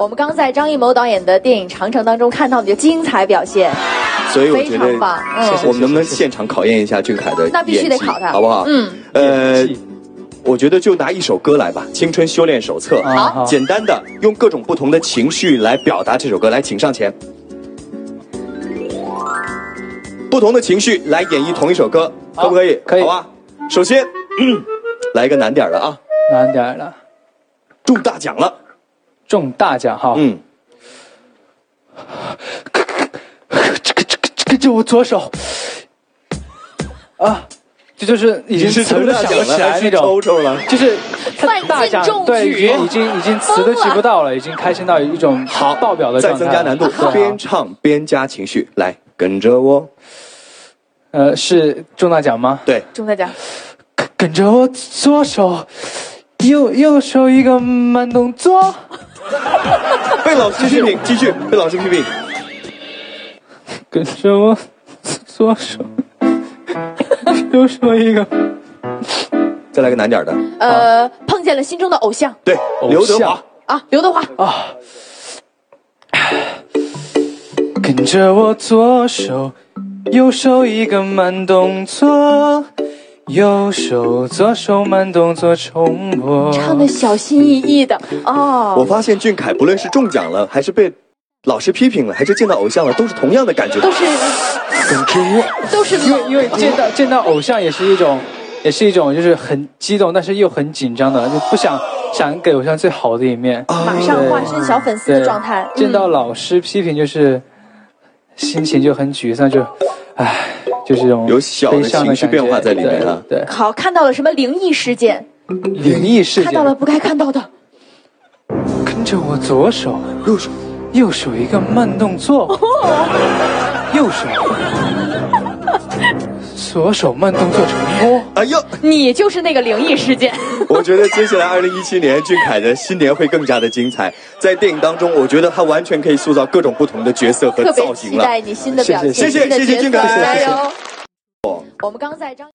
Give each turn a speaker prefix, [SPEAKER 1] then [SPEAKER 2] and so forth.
[SPEAKER 1] 我们刚在张艺谋导演的电影《长城》当中看到你的精彩表现，
[SPEAKER 2] 所以我
[SPEAKER 1] 非
[SPEAKER 2] 觉
[SPEAKER 1] 常
[SPEAKER 2] 得
[SPEAKER 1] 棒嗯
[SPEAKER 2] 我们能不能现场考验一下俊凯的演技？
[SPEAKER 1] 那必须得考他
[SPEAKER 2] 好不好？
[SPEAKER 1] 嗯，
[SPEAKER 2] 呃
[SPEAKER 3] 演技，
[SPEAKER 2] 我觉得就拿一首歌来吧，《青春修炼手册》啊
[SPEAKER 3] 好好
[SPEAKER 2] 简单的用各种不同的情绪来表达这首歌。来，请上前。不同的情绪来演绎同一首歌，
[SPEAKER 3] 好
[SPEAKER 2] 可不可以？
[SPEAKER 3] 可以
[SPEAKER 2] 好吧。首先， 嗯来一个难点儿的啊，
[SPEAKER 3] 难点儿了，
[SPEAKER 2] 中大奖了。
[SPEAKER 3] 中大奖哈。
[SPEAKER 2] 嗯，
[SPEAKER 3] 这个这个这个就我左手，啊，这就是已
[SPEAKER 2] 你
[SPEAKER 3] 经
[SPEAKER 2] 是
[SPEAKER 3] 词儿
[SPEAKER 2] 中
[SPEAKER 3] 都
[SPEAKER 2] 大
[SPEAKER 3] 想
[SPEAKER 2] 奖
[SPEAKER 3] 不
[SPEAKER 2] 了
[SPEAKER 3] 起来
[SPEAKER 2] 还
[SPEAKER 3] 那
[SPEAKER 2] 是
[SPEAKER 3] 种
[SPEAKER 2] 抽，抽了？
[SPEAKER 3] 就是
[SPEAKER 1] 万
[SPEAKER 3] 他
[SPEAKER 1] 斤
[SPEAKER 3] 大奖
[SPEAKER 1] 中
[SPEAKER 3] 对，已
[SPEAKER 1] 举
[SPEAKER 3] 经已经已经词都记不到了，已经开心到一种
[SPEAKER 2] 好，
[SPEAKER 3] 爆表的
[SPEAKER 2] 再
[SPEAKER 3] 状态
[SPEAKER 2] 增
[SPEAKER 3] 了。
[SPEAKER 2] 加难度，
[SPEAKER 3] 对啊
[SPEAKER 2] 边唱边加情绪，来跟着我。
[SPEAKER 3] 呃，是中大奖吗？
[SPEAKER 2] 对，
[SPEAKER 1] 中大奖，
[SPEAKER 3] 跟跟着我左手，右右手一个慢动作。
[SPEAKER 2] 被老师批评，继续被老师批评。
[SPEAKER 3] 跟着我左手， 右手一个。
[SPEAKER 2] 再来个难点儿的，
[SPEAKER 1] 呃，
[SPEAKER 2] 啊
[SPEAKER 1] 碰见了心中的偶像
[SPEAKER 2] 对，
[SPEAKER 3] 偶
[SPEAKER 2] 刘德华
[SPEAKER 3] 像。
[SPEAKER 1] 啊，刘德华，
[SPEAKER 3] 跟着我左手，右手一个慢动作，右手左手慢动作重播。
[SPEAKER 1] 唱的小心翼翼的哦，
[SPEAKER 2] 我发现俊凯不论是中奖了，还是被老师批评了，还是见到偶像了，都是同样的感觉。
[SPEAKER 1] 都是
[SPEAKER 3] 跟着我，
[SPEAKER 1] 都是
[SPEAKER 3] 因为因为见到见到偶像也是一种，也是一种就是很激动，但是又很紧张的，就不想想给偶像最好的一面。
[SPEAKER 1] 马上化身小粉丝
[SPEAKER 3] 对，
[SPEAKER 1] 的状态，嗯
[SPEAKER 3] 见到老师批评就是心情就很沮丧，就唉，就是这种
[SPEAKER 2] 有小的
[SPEAKER 3] 悲伤
[SPEAKER 2] 情绪
[SPEAKER 3] 感觉
[SPEAKER 2] 变化在里面啊
[SPEAKER 3] 对，
[SPEAKER 1] 好看到了什么灵异事件，
[SPEAKER 3] 对灵异事
[SPEAKER 1] 看到了
[SPEAKER 3] 件，
[SPEAKER 1] 不该看到 的，
[SPEAKER 3] 跟着我左手，
[SPEAKER 2] 右手
[SPEAKER 3] 右手一个慢动作，右手，左手慢动作重播。
[SPEAKER 2] 哎呦，
[SPEAKER 1] 你就是那个灵异事件，
[SPEAKER 2] 我觉得接下来二零一七年俊凯的新年会更加的精彩。在电影当中，我觉得他完全可以塑造各种不同的角色和
[SPEAKER 1] 特别
[SPEAKER 2] 造型
[SPEAKER 1] 期
[SPEAKER 2] 了。
[SPEAKER 1] 待你新的表现，
[SPEAKER 2] 谢谢
[SPEAKER 1] 新的
[SPEAKER 2] 谢谢
[SPEAKER 1] 角
[SPEAKER 2] 俊
[SPEAKER 1] 色
[SPEAKER 2] 凯
[SPEAKER 1] 加
[SPEAKER 2] 谢谢
[SPEAKER 1] 油！我们刚在张。